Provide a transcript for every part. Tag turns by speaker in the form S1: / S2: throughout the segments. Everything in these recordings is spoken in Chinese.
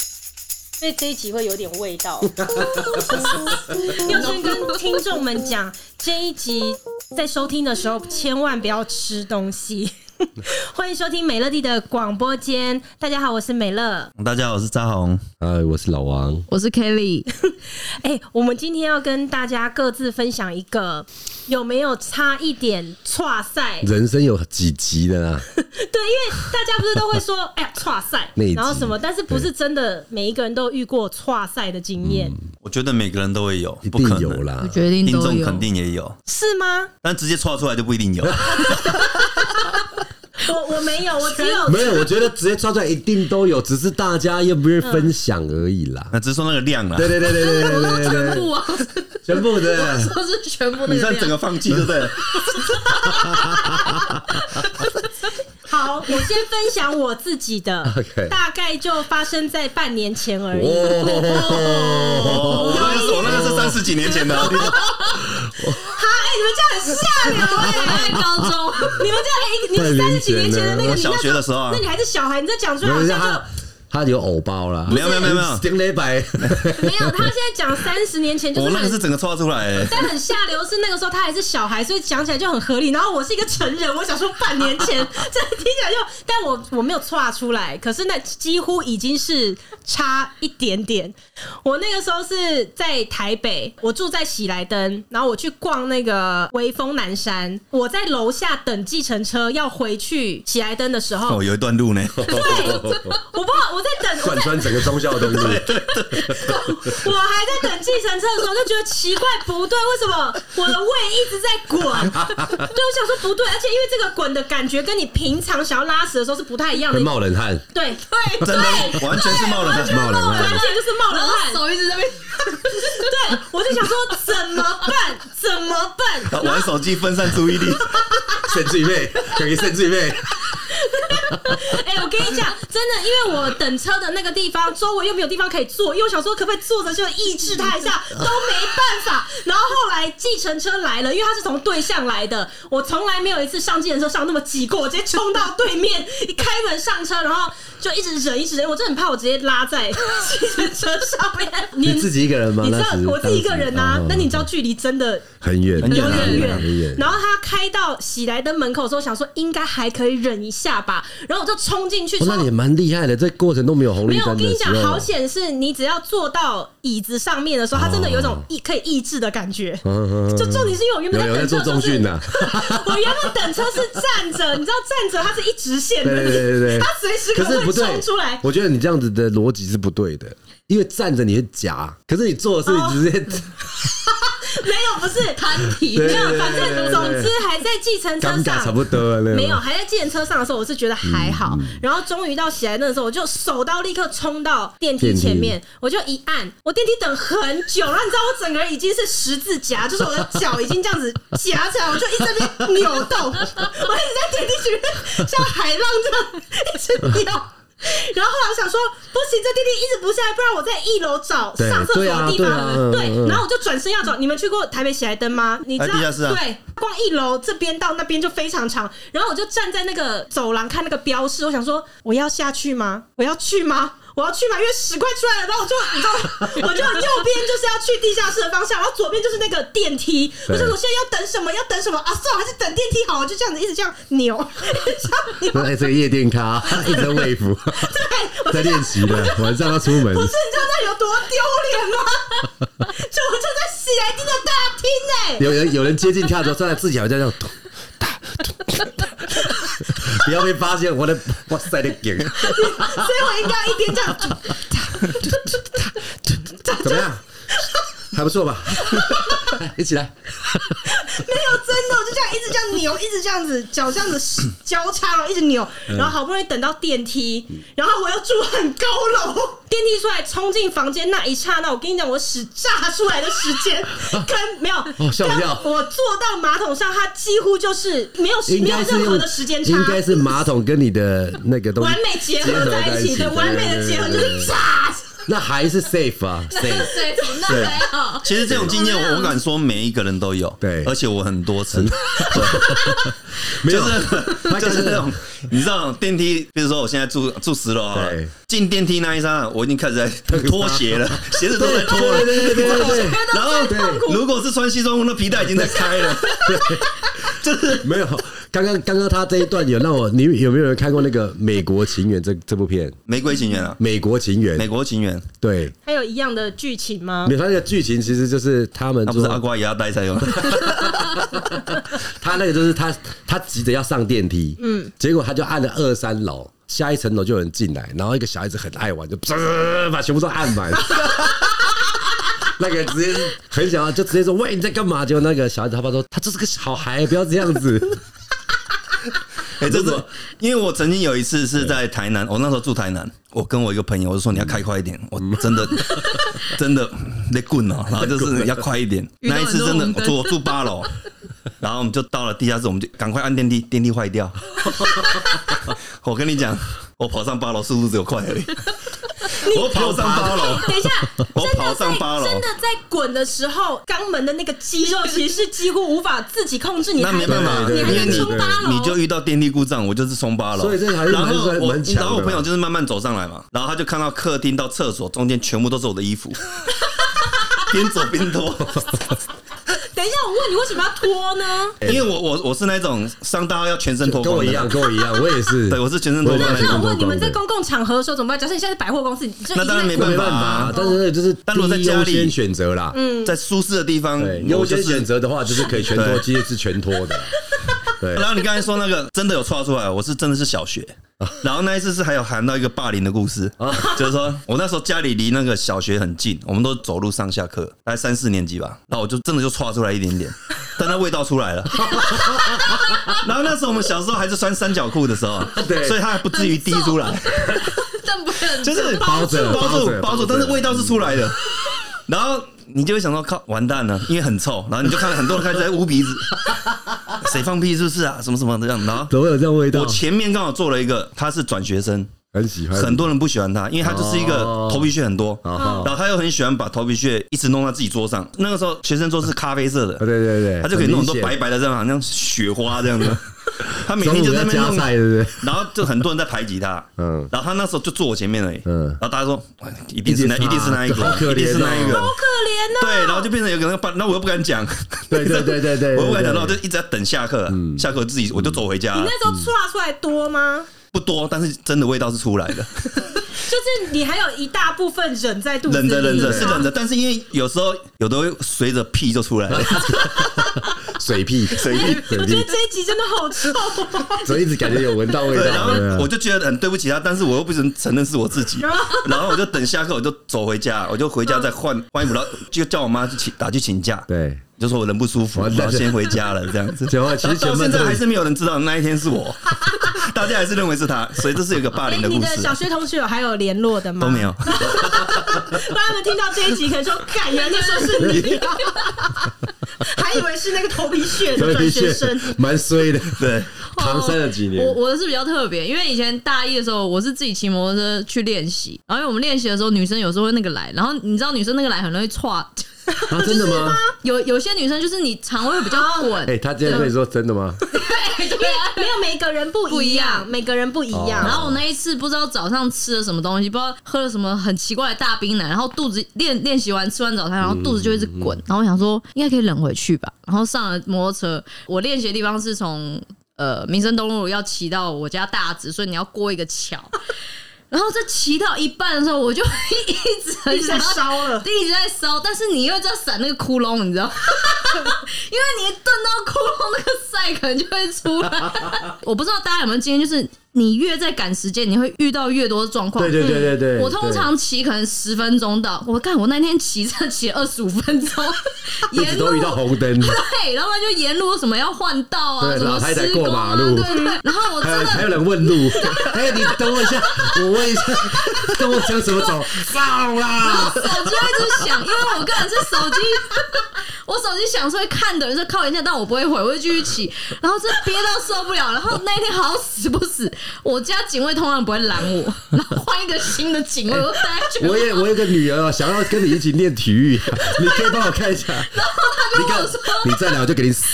S1: 所以这一集会有点味道。 要先跟听众们讲，这一集在收听的时候千万不要吃东西。 欢迎收听美乐蒂的广播间，大家好，我是美乐。
S2: 大家好，我是扎红。
S3: 嗨，哎我是老王。
S4: 我是 Kelly，
S1: 哎、我们今天要跟大家各自分享一个有没有差一点岔赛？
S3: 人生有几级的啦？
S1: 对，因为大家不是都会说， 哎呀，岔赛
S3: 内，
S1: 然后
S3: 急
S1: 什么，但是不是真的每一个人都有遇过岔赛的经验，
S3: 嗯
S2: 我觉得每个人都会有，
S3: 一
S2: 不可
S3: 定
S2: 能
S3: 有，啦
S4: 我。决定
S2: 听
S4: 都
S2: 众
S4: 有，
S2: 肯定也有，
S1: 是吗？
S2: 但直接错出来就不一 定有。
S1: 我我没有，我只有
S3: 没有，我觉得直接抓出来一定都有，只是大家愿不愿意分享而已 啦。
S2: 那只是说那个量啦
S3: 对，对对对对对对对
S4: 全
S3: 对，
S4: 部啊，
S3: 全部的。
S4: 都是全部那
S2: 你
S4: 个
S2: 算整
S4: 量。
S2: 个放弃对不 对了？
S1: 好，我先分享我自己的
S3: OK
S1: 大概就发生在半年前而已。
S3: 哦，
S2: 我那个是我那个是三十几年前的，
S1: 哈，哎、你们这样很下流哎、
S4: 在高中，
S1: 你们这样，哎、你是三
S3: 太
S1: 十
S3: 明
S1: 几年
S3: 显了
S1: 前的那个，
S2: 我
S1: 你那
S2: 小学的时候啊
S1: 那你还是小孩，你这讲出来好
S3: 人
S1: 像
S3: 家
S1: 就
S3: 他。他有偶包啦，
S2: 没有没有没有没有，
S3: 顶雷白，
S1: 没有。他现在讲三十年前就是
S2: 我那个
S1: 很
S2: 是整个错出来。欸
S1: 但很下流是那个时候他还是小孩，所以讲起来就很合理。然后我是一个成人，我想说半年前， 这听起来就，但我我没有岔出来，可是那几乎已经是差一点点。我那个时候是在台北，我住在喜来登，然后我去逛那个微风南山，我在楼下等计程车要回去喜来登的时候，
S2: 哦，有一段路呢，
S1: 我不知道我在等，我在
S3: 贯穿整个忠孝东路。
S1: 我还在等计程车的时候，就觉得奇怪，不对，为什么我的胃一直在滚？对，我想说不对，而且因为这个滚的感觉跟你平常想要拉屎的时候是不太一样的
S3: 会。冒冷汗，
S1: 对对
S2: 哎 真
S1: 对，
S2: 的完全是冒了汗。
S3: 冒冷
S1: 完
S3: 汗，
S1: 全就是冒
S4: 然
S1: 冷汗
S4: 后。手一直在那边，
S1: 对，我就想说怎么 办？怎么办？
S2: 玩手机分散注意力，
S3: 甚至一倍，等于甚至一倍。
S1: 哎、我跟你讲，真的，因为我等车的那个地方周围又没有地方可以坐，因为我想说可不可以坐着就抑制他一 下，都没办法。然后后来计程车来了，因为他是从对向来的，我从来没有一次上计程车上那么挤过，我直接冲到对面， 一开门上车，然后就一直忍一直忍，我真的很怕我直接拉在 计程车上面。
S3: 你自己一个人吗？
S1: 你知道
S3: 那时
S1: 我自己一个人呐、
S3: 当时嗯哦
S1: 那你知道距离真的
S3: 很远，
S2: 很远啊
S1: 很远
S3: 很远。
S1: 然后他开到喜来登门口的时候，想说应该还可以忍一下吧，然后我就冲进去，
S3: 哦
S1: 冲
S3: 那你也蛮厉害的，这过程都没有红
S1: 没
S3: 绿
S1: 有，我
S3: 灯
S1: 跟
S3: 的
S1: 你
S3: 时
S1: 讲，
S3: 候。啊
S1: 好险是你只要坐到椅子上面的时候，它真的有一种抑可以抑制的感觉。
S3: 哦
S1: 就重点是因为我原本
S3: 有有在
S1: 等车
S3: 做
S1: 的时候
S3: 重
S1: 是
S3: 训，啊呢，
S1: 我原本等车是站着，你知道站着它是一直线的，
S3: 对对对 对对
S1: 它随时
S3: 可
S1: 能
S3: 是
S1: 会
S3: 不对
S1: 冲出来，。
S3: 我觉得你这样子的逻辑是不对的，因为站着你会夹，可是你做的是
S1: 哦
S3: 你 直接
S1: 没有，不是
S4: 摊体
S3: 对
S1: 没有，反
S3: 对对
S1: 正
S3: 对
S1: 总之还在计程车
S3: 尴尬
S1: 上，
S3: 差不多了。嗯
S1: 没有，，还在计程车上的时候，我是觉得还好。然后终于到喜来登的时候，我就手到立刻冲到电梯前面，我就一按，我电梯等很久，然后你知道我整个人已经是十字 夹，就是我的脚已经这样子夹起来，我就一直在那边扭动，我一直在电梯前面像海浪这样一直扭。然后后来我想说，不行，这电梯一直不下来，不然我在一楼找
S3: 对
S1: 上厕所
S3: 对
S1: 的
S3: 啊
S1: 地方。
S3: 对啊嗯嗯
S1: 然后我就转身要找。你们去过台北喜来登吗？你知道
S2: 哎地下室啊
S1: 对，逛一楼这边到那边就非常长，然后我就站在那个走廊看那个标示，我想说我要下去吗？我要去吗？我要去吗？因为十块出来了，然后我就你知道，我 就右边就是要去地下室的方向，然后左边就是那个电梯。我
S3: 对
S1: 就说我现在要等什么？要等什么啊？算了，还是等电梯好。我就这样子一直这样扭，一直这样扭。
S3: 哎，这个夜店 咖一直在喂服，
S1: 对，我
S3: 在
S1: 就这样
S3: 练习的，晚上要出门
S1: 不。是，你知道那有多丢脸吗？ 就我就在喜来登的大厅哎、
S3: 有人有人接近他的时候，站在自己好像这样咚。不要被发现！我的哇塞的梗
S1: 所以我应该要一边这样，
S3: 怎么样？还不错 吧？一起来，
S1: 没有真的，我就这样一直这样扭，一直这样子脚这样子交叉，然后一直扭，
S3: 嗯
S1: 然后好不容易等到电梯，然后我又住很高 楼，电梯出来冲进房间那一刹那，我跟你讲，我屎炸出来的时间 跟没有，
S3: 哦吓我一跳
S1: 跟我坐到马桶上，它几乎就是没有
S3: 应
S1: 没有
S3: 该是
S1: 任何
S3: 用
S1: 的时间差，
S3: 应该是马桶跟你的那个东西
S1: 完美结合在一起，对，完美的结合就是炸。
S3: 那还是 safe 啊，safe。
S4: 对，那还好。
S2: 其实这种经验，我我敢说每一个人都有，
S3: 对
S2: 而且我很多次， 对就是就是那种，你知道电梯，比如说我现在住住十楼啊
S3: 对，
S2: 进电梯那一刹那，我已经开始在脱鞋 了，鞋子都在脱了，
S3: 对对对对对对，
S2: 然后如果是穿西装裤，那皮带已经在开 了，
S3: 没有。刚刚刚刚他这一段有让我，你有没有人看过那个《美国情缘》这这部片？《
S2: 玫瑰情缘啊，
S3: 美国情缘
S2: 美》国情缘，
S3: 对，
S1: 还有一样的剧情吗
S3: 你？看那个剧情其实就是他们
S2: 那不
S3: 啊就是
S2: 阿瓜也要待才有，
S3: 他那个就是他他急着要上电梯，嗯，结果他就按了二三楼。下一层楼就有人进来，然后一个小孩子很爱玩，就 啪把全部都按满。 那个直接很想要，就直接说：“喂，你在干嘛？”结果那个小孩子他爸说：“他就是个小孩，不要这样 子。
S2: 哎，这是因为我曾经有一次是在台南，我那时候住台南，我跟我一个朋友，我就说你要开快一点，我真的真的在滚哦，然后就是要快一点。
S4: 遇到
S2: 那一次真的
S4: 很多红灯
S2: 住我住八楼，然后我们就到了地下室，我们就赶快按电梯，电梯坏掉。我跟你讲，我跑上八楼速度只有快而已，我跑上八 楼，
S1: 等一下，
S2: 我
S1: 真
S2: 跑
S1: 的在
S2: 上八楼
S1: 真的在滚的时候，肛门的那个肌肉其实是几乎无法自己控制，你
S2: 那
S1: 还
S2: 没办法，
S1: 你
S2: 因
S1: 还
S2: 为
S1: 能
S2: 你
S1: 冲八楼，
S2: 你就遇到电力故障，我就是冲八楼，
S3: 所以这还是
S2: 然后
S3: 还是
S2: 我
S3: 蛮强的
S2: 然后我朋友就是慢慢走上来嘛，然后他就看到客厅到厕所中间全部都是我的衣服，边走边 脱，
S1: 等一下，我问你为什么要脱 呢？
S2: 因为我我我是那种上大号要全身”脱
S3: 跟
S2: 光
S3: 我
S2: 的
S3: 一样，，跟我一样，我也是。
S2: 对我是全身脱光
S1: 那
S2: 的那
S1: 那
S2: 种，
S1: 我问你们在
S3: 光的
S1: 公共场合的时候怎么办？假设你现在是百货公司，你就
S2: 那当然没
S1: 一直在
S2: 办
S3: 没
S2: 法
S3: 办
S2: 啊
S3: 法，但是就是
S2: 但如果在
S3: 第一
S2: 家
S3: 优
S2: 里
S3: 先选择啦，
S1: 嗯
S2: 在舒适的地方
S3: 对，优
S2: 我就
S3: 先
S2: 是
S3: 选。择的话就是可以全脱，
S2: 对
S3: 其实是全脱的。对，
S2: 然后你刚才说那个真的有刷出来，我是真的是小 学。然后那一次是还有含到一个霸凌的故事，
S3: 啊
S2: 就是说我那时候家里离那个小学很近，我们都走路上下课，大概三四年级吧。然后我就真的就刷出来一 点点，但那味道出来了。然后那时候我们小时候还是穿三角裤的时候，啊
S3: 对
S2: 所以它还不至于滴出来，
S4: 但不是很
S2: 就是
S3: 包着
S2: 包
S3: 包
S2: 住
S3: 着
S2: 包住，
S3: 包着
S2: 但是味道是出来的。然后你就会想到靠完蛋了，因为很臭，然后你就看到很多人开始在捂鼻子， 谁放屁是不是啊？什么什么这样，然后
S3: 怎么有这样味道
S2: 我？前面刚好坐了一个，他是转学生，
S3: 很喜欢，
S2: 很多人不喜欢他，因为他就是一个
S3: 嗯哦
S2: 头皮屑很多，
S3: 哦
S2: 然后他又很喜欢把头皮屑一直弄到自己桌上。那个时候学生桌是咖啡色的，
S3: 对对对
S2: 他就可以弄很多
S3: 很明显
S2: 白白的，这样好像雪花这样子。他每天就在那边
S3: 中午要
S2: 弄
S3: 加菜对不对？
S2: 然后就很多人在排挤他，嗯
S3: 嗯，
S2: 然后他那时候就坐我前面而已，
S3: 嗯
S2: 嗯，然后大家说哎一定是那，一
S3: 一
S2: 定
S3: 定
S2: 是
S3: 是
S2: 那
S3: 他
S2: 一个，
S3: 好可怜哦
S2: 一定是那一个，
S1: 不可怜哦呢、
S2: 对，然后就变成有个人把，那我又不敢讲，
S3: 对对对对对
S2: 我又不敢讲，
S3: 对对对
S2: 然
S3: 嗯
S2: 后我就一直在等下课，下课自己我就走回家
S1: 你
S2: 了，
S1: 那时候刷出来多吗？
S2: 不多，但是真的味道是出来的，
S1: 就是你还有一大部分忍在肚子
S2: 忍
S1: 里，
S2: 着忍着是忍
S1: 着。
S2: 着，但是因为有时候有的会随着屁就出来了，
S3: 水屁，水屁，
S1: 我
S3: 水
S1: 觉得
S3: 屁，
S1: 这一集真的好 臭、
S3: 所以一直感觉有闻到味
S2: 对，然
S3: 道。对啊
S2: 后我就觉得很对不起他，但是我又不能承认是我自己，然后我就等下课我就走回家，我就回家再换换衣服，然后就叫我妈去请打去请假，
S3: 对，
S2: 就说我人不舒服，
S3: 完蛋
S2: 然后先回家了这样子。
S3: 结果其
S2: 到
S3: 实前
S2: 现
S3: 面
S2: 在
S3: 真
S2: 还
S3: 的
S2: 是没有人知道那一天是我，大家还是认为是他，所以这是有一个霸
S1: 哎、
S2: 凌的
S1: 你
S2: 故
S1: 的
S2: 事啊
S1: 小，学同学有还有联络的吗？
S2: 都没。有。
S1: 不然他们听到这一集，可能说：“感人的说是你、啊，还以为是那个头皮屑 的
S3: 所
S1: 转
S3: 以
S1: 学
S3: 是
S1: 生。”哦
S3: 蛮衰的，
S2: 对，
S3: 唐三了几年
S4: 我，我的是比较特别，因为以前大一的时候，我是自己骑摩托车去练习，然后因为我们练习的时候，女生有时候会那个来，然后你知道女生那个来很容易岔，
S3: 啊，真的吗？
S4: 有有些女生就是你肠胃会比较滚，
S3: 哎，他今天可以说真的吗？
S4: 对啊哦
S1: 没有，每个人不
S4: 不
S1: 一
S4: 一
S1: 样，
S4: 样
S1: 每个人不一样。
S4: 然后我那一次不知道早上吃了什么东西，不知道喝了什么很奇怪的大冰奶，然后肚子练练习完吃完早餐，然后肚子就一直滚，然后我想说应该可以忍回去吧，然后上了摩托车，我练习的地方是从呃民生东路要骑到我家大直，所以你要过一个桥。 然后在骑到一半的时候，我就 一直很
S1: 一直在
S4: 想要
S1: 烧 了，
S4: 一直在烧，但是你又在闪那个窟窿，你知道吗？因为你一顿到窟窿，那个塞可能就会出 来。我不知道大家有没有经验，就是你越在赶时间，你会遇到越多的状况。
S3: 对对对对对，
S4: 我通常骑可能十分钟到，我看我那天骑车骑二十五分钟，
S3: 对 一直
S4: 沿路
S3: 都遇到红灯，
S4: 对，然后他就沿路什么要换道啊，
S3: 对
S4: 什么
S3: 老太太
S4: 施
S3: 过
S4: 工
S3: 马
S4: 啊，
S3: 路
S4: 对对对。然后我
S3: 还
S4: 真
S3: 有
S4: 的
S3: 还有人 问路，哎，你等我一下，我问一下，跟我讲怎么走，上啦，
S4: 手机会一直响，因为我个人是手机，我手机响出来看的人就靠一下，但我不会回，我就继续骑，然后这憋到受不了，然后那一天好死不死，我家警卫通常不会拦我，然后换一个新的警卫，我带他去。
S3: 我也我有个女儿啊，想要跟你一起练 体育、啊，你可以帮我看一下。
S4: 他就跟
S3: 你看
S4: 我说，
S3: 你再聊就给你死。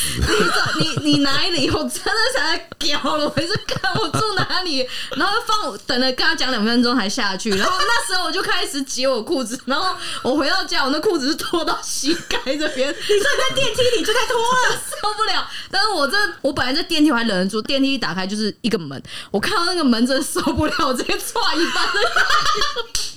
S4: 你你你哪里？我真的想来屌了，我一直看我住哪里，然后放我等了跟他讲两分钟还下去，然后那时候我就开始解我裤子，然后我回到家，我那裤子是脱到膝盖这边，
S1: 你站在电梯里就在拖了，
S4: 受不了。但是我这我本来在电梯我还忍得住，电梯一打开就是一个门，我看到那个门真的受不了，我直接踹一半。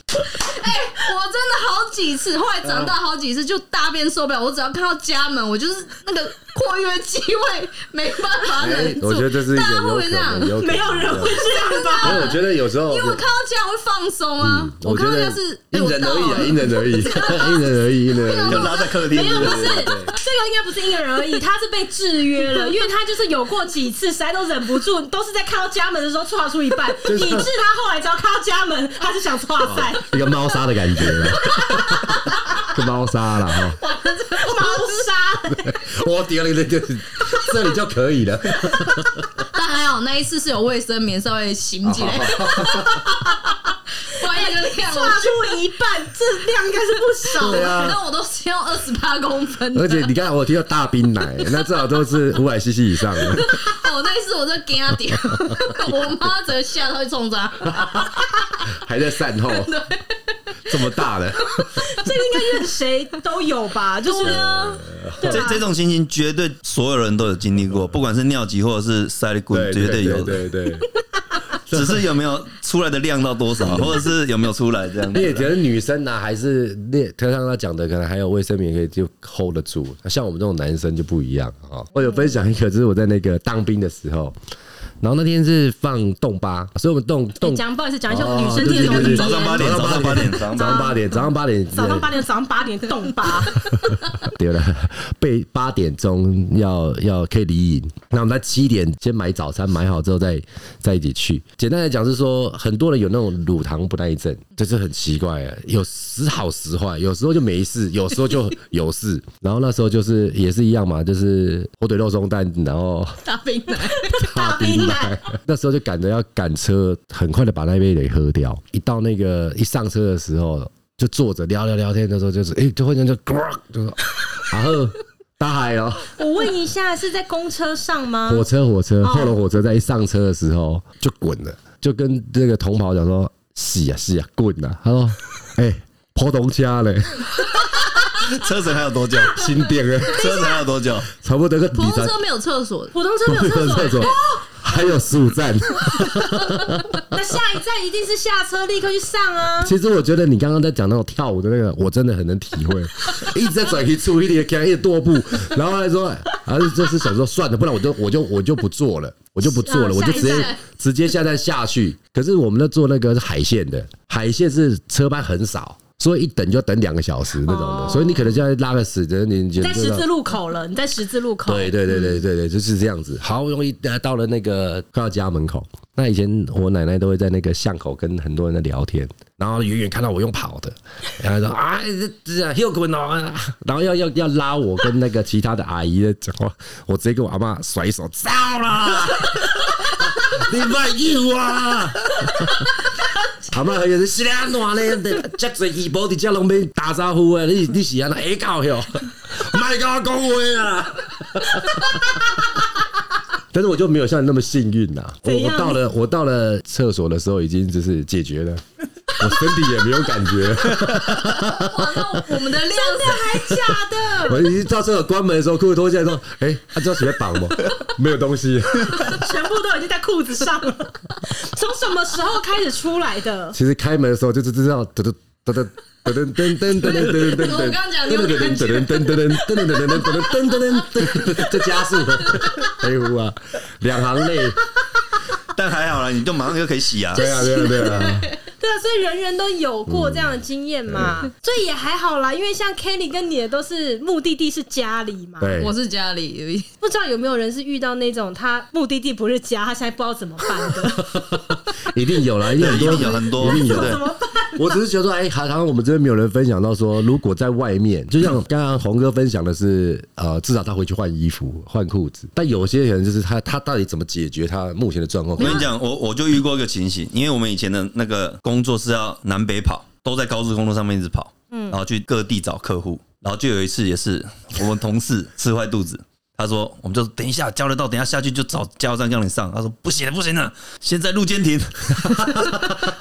S4: 哎、我真的好几次，后来长大好几次就大便受不了，我只要看到家门，我就是那个括约肌会没办法
S3: 哎
S4: 忍住。
S3: 我觉得这是一
S4: 大家会
S3: 个
S4: 不
S3: 有
S4: 会
S3: 可
S4: 这样
S3: 能，？有可 能
S1: 没有人会这样吧？
S3: 因为我觉得有时
S4: 因
S3: 候
S4: 为我看到家人会放松啊，
S3: 嗯我
S4: 看
S3: 觉
S4: 到
S3: 得
S4: 家是哎
S3: 因
S4: 我啊
S3: 人
S4: 到
S3: 而异啊，
S4: 了
S3: 因人而异，因人 而异，因人而
S2: 就
S3: 异。啊
S2: 拉在客厅。
S1: 没有，不是
S2: 对
S1: 这个
S2: 对对
S1: 应该不是因人而异，他是被制约 了，因为他就是有过几次实在都忍不住，都是在看到家门的时候窜出一半，
S3: 就
S1: 以
S3: 是
S1: 致他后来只要看到家门，他就想窜 塞。
S3: 一个猫砂的感 觉啦，是猫砂了哈。
S1: 猫砂，
S3: 我丢了，这这里就可以了。
S4: 但还好那一次是有卫生棉稍微醒起
S3: 哦
S4: 来，不然一个 量我
S1: 窜出一半，这量应该是不少
S3: 对
S1: 的。
S3: 啊
S4: 那我都是用二十八公分的，
S3: 而且你看，我提到大冰 奶，那至少都是五百 CC 以上 的。
S4: 哦，那一次我在给他点，我妈直接吓到会冲他，
S3: 还在善后， 这么大 的，
S1: 这个应该任谁都有吧？就是啊
S4: 啊
S1: 对
S2: 这
S1: 吧
S2: 这种情形绝对所有人都有经历过，不管是尿急或者是塞了滚，绝对有的。
S3: 对对。
S2: 只是有没有出来的量到多少，或者是有没有出来这样
S3: 你也觉
S2: 子。
S3: 得女生呢、啊还是那就像他讲的，可能还有卫生棉可以就 hold 得住，像我们这种男生就不一样啊、哦我有分享一个，就是我在那个当兵的时候，然后那天是放洞八，所以我们洞洞
S1: 讲不好意思，讲一些
S3: 哦
S1: 女生听的
S3: 对
S1: 东
S3: 对对
S1: 西。
S2: 早上八点，早上八点，早上
S3: 早
S2: 八
S3: 上八点，早上八点，
S1: 早上八点，早上八点动吧，
S3: 对了， 被八点钟要要可以离营，那我们在七点先买早餐，买好之后再再一起去。简单来讲是说，很多人有那种乳糖不耐症，这是很奇怪的，有时好时坏，有时候就没事，有时候就有事。 然后那时候就是也是一样嘛，就是火腿肉松蛋，然后
S4: 大冰奶，
S1: 大冰奶。
S3: 那时候就赶着要赶车，很快的把那杯给喝掉。一到那个一上车的时候，就坐着聊聊聊天的时候，就是哎、就忽然间就呱，就说然后大海哦。
S1: 我问一下，是在公车上吗？
S3: 火车，火车，
S1: 哦
S3: 后龙火车在一上车的时候就滚了，就跟那个同袍讲说：“是啊，是啊，滚啊！”他说：“哎、破东家嘞，
S2: 点。车程还有 多久？
S3: 新店了，
S2: 车程还有多久？
S3: 差不多个
S4: 普
S3: 比
S4: 通
S3: 赛
S4: 车没有厕所，
S1: 普通车没有厕所
S3: 厕，所，还有十五站。
S1: 那下一站一定是下车立刻去上 啊。
S3: 其实我觉得你刚刚在讲那种跳舞的那个，我真的很能 体会，一直在转移注意力，看一直踱步，然后他说，然后就是想说算了，不然我就我就我就不做了，我就不做了，
S1: 啊
S3: 我就直接
S1: 下一站
S3: 直接下站下去。可是我们那做那个是海线的，海线是车班很少。所以一等就等两个小时那种的，
S1: 哦
S3: 所以你可能就要拉个屎，就是你觉
S1: 你在
S3: 得
S1: 十字路口了，你在十字路口。
S3: 对对对对对对，就是这样子。好不容易呃到了那个快到家门口，那以前我奶奶都会在那个巷口跟很多人在聊天，然后远远看到我用跑的，然后她说啊这这又滚哦，然后要要要拉我跟那个其他的阿姨在讲话，我直接跟我阿妈甩手走啦，你卖硬啊！阿妈还有是是啊，暖嘞， 遮侪医保伫遮拢免打招呼诶，你你是安那下搞 哟，卖甲我讲话啊！ 但是我就没有像你那么幸运呐、我
S1: 怎
S3: 我
S1: 样
S3: 到了我到了厕所的时候，已经就是解 决了，我身体也没有感觉，
S4: 哇，那我们的量
S1: 真的还假的？
S3: 我已经到厕所关门的时候，裤子脱下来说，哎、他知道谁在绑吗？没有东西。
S1: 全部都已经在裤子上了。 从什么时候开始出来的？
S3: 其实开门的时候就是知道，噔噔噔噔。噔噔噔噔噔噔噔噔噔，噔噔噔噔噔噔噔噔噔噔噔噔，这加速，黑乎啊，两行泪，
S2: 但还好啦，你就马上就可以洗啊。
S3: 对啊对啊对啊，
S1: 对啊，所以人人都有过这样的经验嘛，
S2: 嗯
S1: 所以也还好啦。因为像 Kelly 跟你的都是目的地是家里嘛，
S3: 对，
S4: 我是家里有一
S1: 不知道有没有人是遇到那种他目的地不是家，他现在不知道怎么办的，
S3: 一定有啦，一定很
S2: 对，一
S3: 多
S2: 定有很多，
S3: 一定 有
S2: 对
S1: 怎么办？
S3: 我只是觉得说，哎、好像我们这边没有人分享到说，如果在外面，就像刚刚红哥分享的是，呃，至少他回去换衣服、换裤子，但有些人就是他，他到底怎么解决他目前的状况
S2: 我？跟你讲，我我就遇过一个情形，因为我们以前的那个工作是要南北跑，都在高速公路上面一直跑，嗯，然后去各地找客户，然后就有一次也是我们同事吃坏肚子。他说：“我们就等一下交流道，等一下下去就找加油站叫你上。”他说：“不行了，不行了，现在路肩 停。”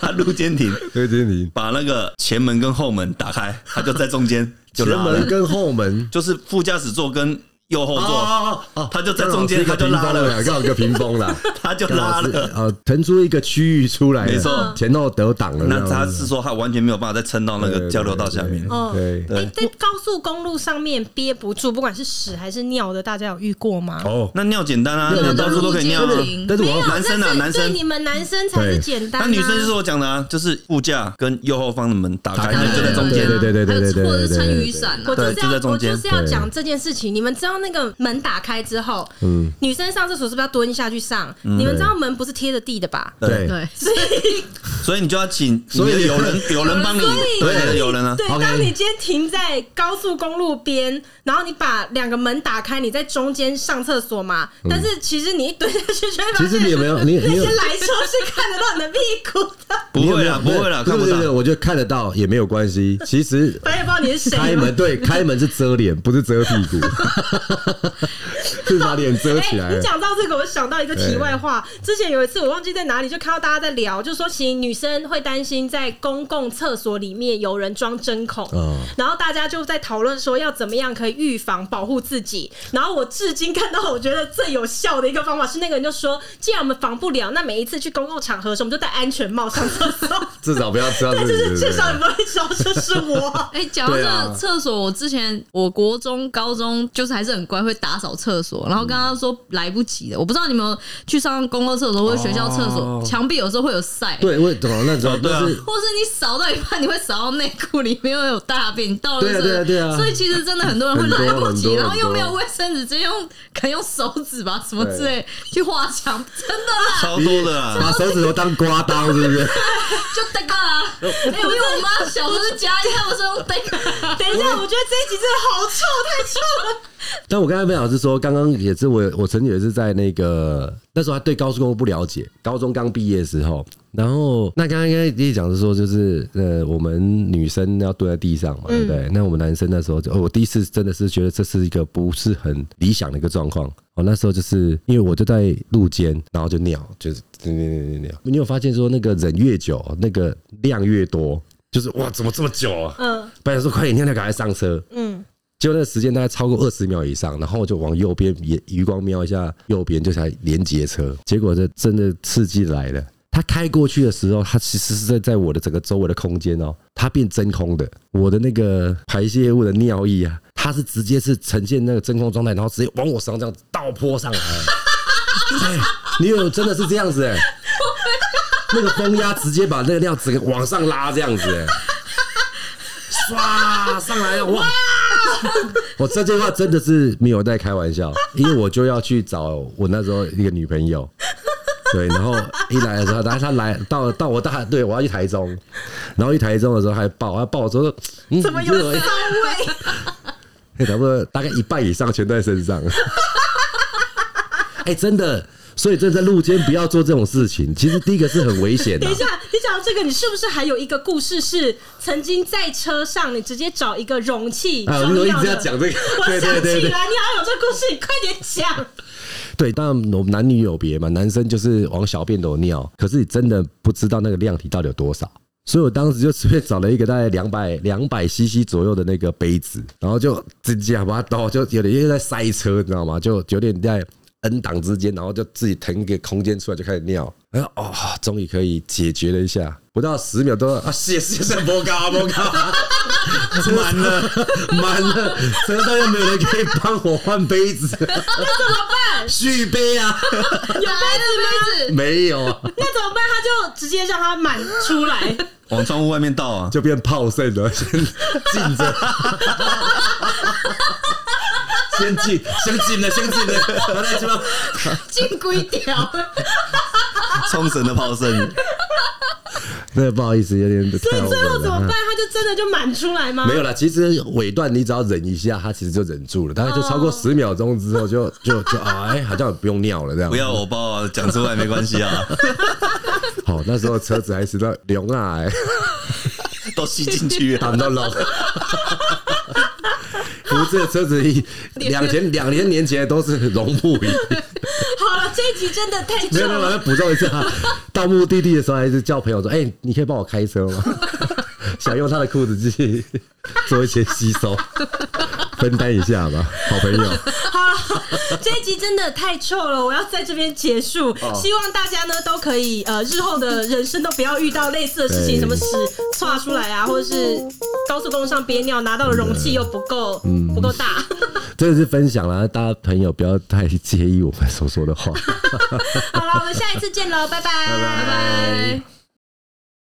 S2: 他路肩停，
S3: 对对，你
S2: 把那个前门跟后门打开，他就在中间就
S3: 前
S2: 拉
S3: 门
S2: 了，
S3: 跟后门，
S2: 就是副驾驶座跟右后座，
S3: 哦哦
S2: 他就在中间他就拉了
S3: 刚好是一个屏风啦，
S2: 他就
S3: 刚
S2: 拉
S3: 好是一个屏风啦，刚好是
S2: 了。
S3: 呃，腾出一个区域出来了，
S2: 没错
S3: 前后得挡了这
S2: 那
S3: 样子。
S2: 他是说他完全没有办法再撑到那个交流道下面。
S1: 哦
S3: 对，
S1: 哎、在高速公路上面憋不住，不管是屎还是尿的，大家有遇过吗？
S3: 哦，
S2: 那尿简单啊，
S3: 尿
S2: 你
S3: 简单
S2: 到处都可以尿啊。
S4: 嗯
S3: 但是我
S1: 没有
S3: 要
S2: 男生啊
S1: 但是
S2: 男生
S1: 对你们男生才是
S3: 对
S1: 简单、啊。
S2: 那女生就是我讲的啊，就是副驾跟右后方的门打开，
S3: 打开
S2: 哎你就在中
S3: 对
S2: 间
S3: 对。对对对对对对
S4: 或者是撑
S3: 对对
S4: 雨伞啊
S1: 我就是
S2: 对
S1: 要
S2: 就在中
S1: 我
S2: 间
S1: 就是要
S3: 对
S1: 讲这件事情。你们知道那个门打开之后，
S2: 嗯
S1: 女生上厕所是不是要蹲下去上？你们知道门不是贴着地的吧？
S3: 对
S4: 对，
S1: 所以
S2: 所以你就要请，
S3: 所以
S2: 你 有人有人帮你
S1: 所以，
S2: 对，有人啊。
S1: 对，
S3: OK
S1: 当你今天停在高速公路边，然后你把两个门打开，你在中间上厕所嘛。但是其实你一蹲下去，就会发
S3: 嗯其实
S1: 现
S3: 你有没有你
S1: 那
S3: 你有
S1: 些来车是看得到你的屁股的，
S2: 不会啦，不
S3: 你有没有
S2: 会啦，
S3: 没有
S2: 看不
S3: 对对对
S2: 到。
S3: 我觉得看得到也没有关系。其实
S1: 反正也不知道你是谁。
S3: 开门对，开门是遮脸，不是遮屁股，是把脸遮起来
S1: 哎，你
S3: 了。
S1: 讲到这个，我想到一个题外话。之前有一次，我忘记在哪里，就看到大家在聊，就说其实女生会担心在公共厕所里面有人装针孔，
S3: 哦
S1: 然后大家就在讨论说要怎么样可以预防保护自己。然后我至今看到，我觉得最有效的一个方法是，那个人就说，既然我们防不了，那每一次去公共场合的时候，我们就戴安全帽上厕 所。
S3: 至少不要知道
S1: 对，
S3: 自
S1: 就
S3: 己对
S1: 是
S3: 不
S1: 至
S3: 对
S1: 少你不会知道这是 我。
S4: 哎，讲到这
S3: 对啊
S4: 个厕所，我之前我国中、高中就是还是很乖，会打扫厕所。然后刚刚说来不及的，我不知道你们有去上公共厕所或者学校厕所，
S3: 哦
S4: 墙壁有时候会有晒，
S3: 对，我懂了，那时候
S2: 哦对啊
S3: 就是
S4: 或是你扫到一半，你会扫到内裤里面会有大便，你到了
S3: 对啊对啊对啊
S4: 所以其实真的很多人会
S3: 很多
S4: 来不
S3: 很
S4: 及，
S3: 多
S4: 然后又
S3: 很多
S4: 没有卫生纸，直接用可能用手指吧什么
S3: 对
S4: 之类去画墙，真的啊啦，
S2: 超多的啦，
S3: 把手指头当刮刀，是不是？
S4: 就那个啊。 哎，因为我妈小时候在家里，他们是用那个。
S1: 等一下，我觉得这一集真的好臭，太臭了。
S3: 但我刚才分享是说，刚刚也是我，我曾经也是在那个那时候还对高速公路不了解，高中刚毕业的时候，然后那刚刚应该也讲是说，就是呃，我们女生要蹲在地上嘛，对不对？那我们男生那时候就，哦我第一次真的是觉得这是一个不是很理想的一个状况。哦，那时候就是因为我就在路肩，然后就尿，就是尿尿尿尿。你有发现说，那个忍越久，那个量越多，就是哇，怎么这么久啊？
S1: 嗯
S3: 本来说快点尿尿，赶快上车。
S1: 嗯，
S3: 结果那个时间大概超过二十秒以上，然后我就往右边也余光瞄一下右边，就才连接车。结果这真的刺激来了。他开过去的时候，他其实是在在我的整个周围的空间哦，它变真空的。我的那个排泄物的尿液啊，它是直接是呈现那个真空状态，然后直接往我身上这样倒泼上来。哎你有真的是这样子哎、 那个风压直接把那个料整个往上拉，这样子、欸，唰上来了，哇！我这句话真的是没有在开玩笑，因为我就要去找我那时候一个女朋友，对，然后一来的时候，然后她来到到我大，对我要去台中，然后去台中的时候还抱，还抱我说，嗯
S1: 怎么有
S3: 你这
S1: 骚
S3: 个
S1: 味？
S3: 欸差不多大概一半以上全都在身上。哎、真的，所以真的在路边不要做这种事情。其实第一个是很危险啊 的、
S1: 等一下，你讲到这个，你是不是还有一个故事是曾经在车上，你直接找一个容器
S3: 啊，
S1: 装
S3: 你怎么一
S1: 药
S3: 直要
S1: 的？
S3: 讲这个？
S1: 我想
S3: 对
S1: 起来，
S3: 对对
S1: 你
S3: 对
S1: 好像有这故事，你快点讲。
S3: 对，当然我们男女有别嘛，男生就是往小便斗尿，可是你真的不知道那个量体到底有多少。所以我当时就随便找了一个大概两百两百 CC 左右的那个杯子，然后就直接把它倒，就有点又在塞车，你知道吗？就有点在 N 档之间，然后就自己腾一个空间出来就开始尿。然后哦，终于可以解决了一下，不到十秒都啊，谢谢谢，波高波高，满了满了，车上又没有人可以帮我换杯 子，那怎么办？续杯啊，
S4: 有杯子，杯子，
S3: 没有啊，
S1: 那怎么办？他就直接让它满出来，
S2: 往窗户外面倒啊。
S3: 就变泡盛了，先进 着。先进，先进了，先 进了，然后再说
S4: 进规条。
S2: 冲绳的炮声，
S3: 那不好意思，有点
S1: 所
S3: 太
S1: 以
S3: over 了。嗯
S1: 最后怎么办？他就真的就满出来吗？
S3: 没有啦，其实尾段你只要忍一下，他其实就忍住了，大概就
S1: 哦
S3: 超过十秒钟之后就， 就就啊，哎、好像也不用尿了这样。
S2: 不要我抱啊，讲出来没关系啊，
S3: 好，那时候车子还是到流 啊、哎
S2: 都吸进去啊。
S3: 挡到龙。不是车子一两千两千年前都是龙木椅，
S1: 好了，这一集真的太
S3: 没
S1: 旧
S3: 有没有，我再
S1: 了。
S3: 补 充一下，到目的地的时候还是叫朋友说：“哎、你可以帮我开车吗？” 想用他的裤子去做一些吸收，分担一下吧，好朋 友。
S1: 好了，这一集真的太臭了，我要在这边结束。希望大家呢都可以呃，日后的人生都不要遇到类似的事情，
S3: 对
S1: 什么屎窜出来啊，或者是高速公路上憋尿拿到的容器又不够不够大。
S3: 真的是分享啦，大家朋友不要太介意我们所说的话。
S1: 好了，我们下一次见喽，拜拜，拜
S4: 拜。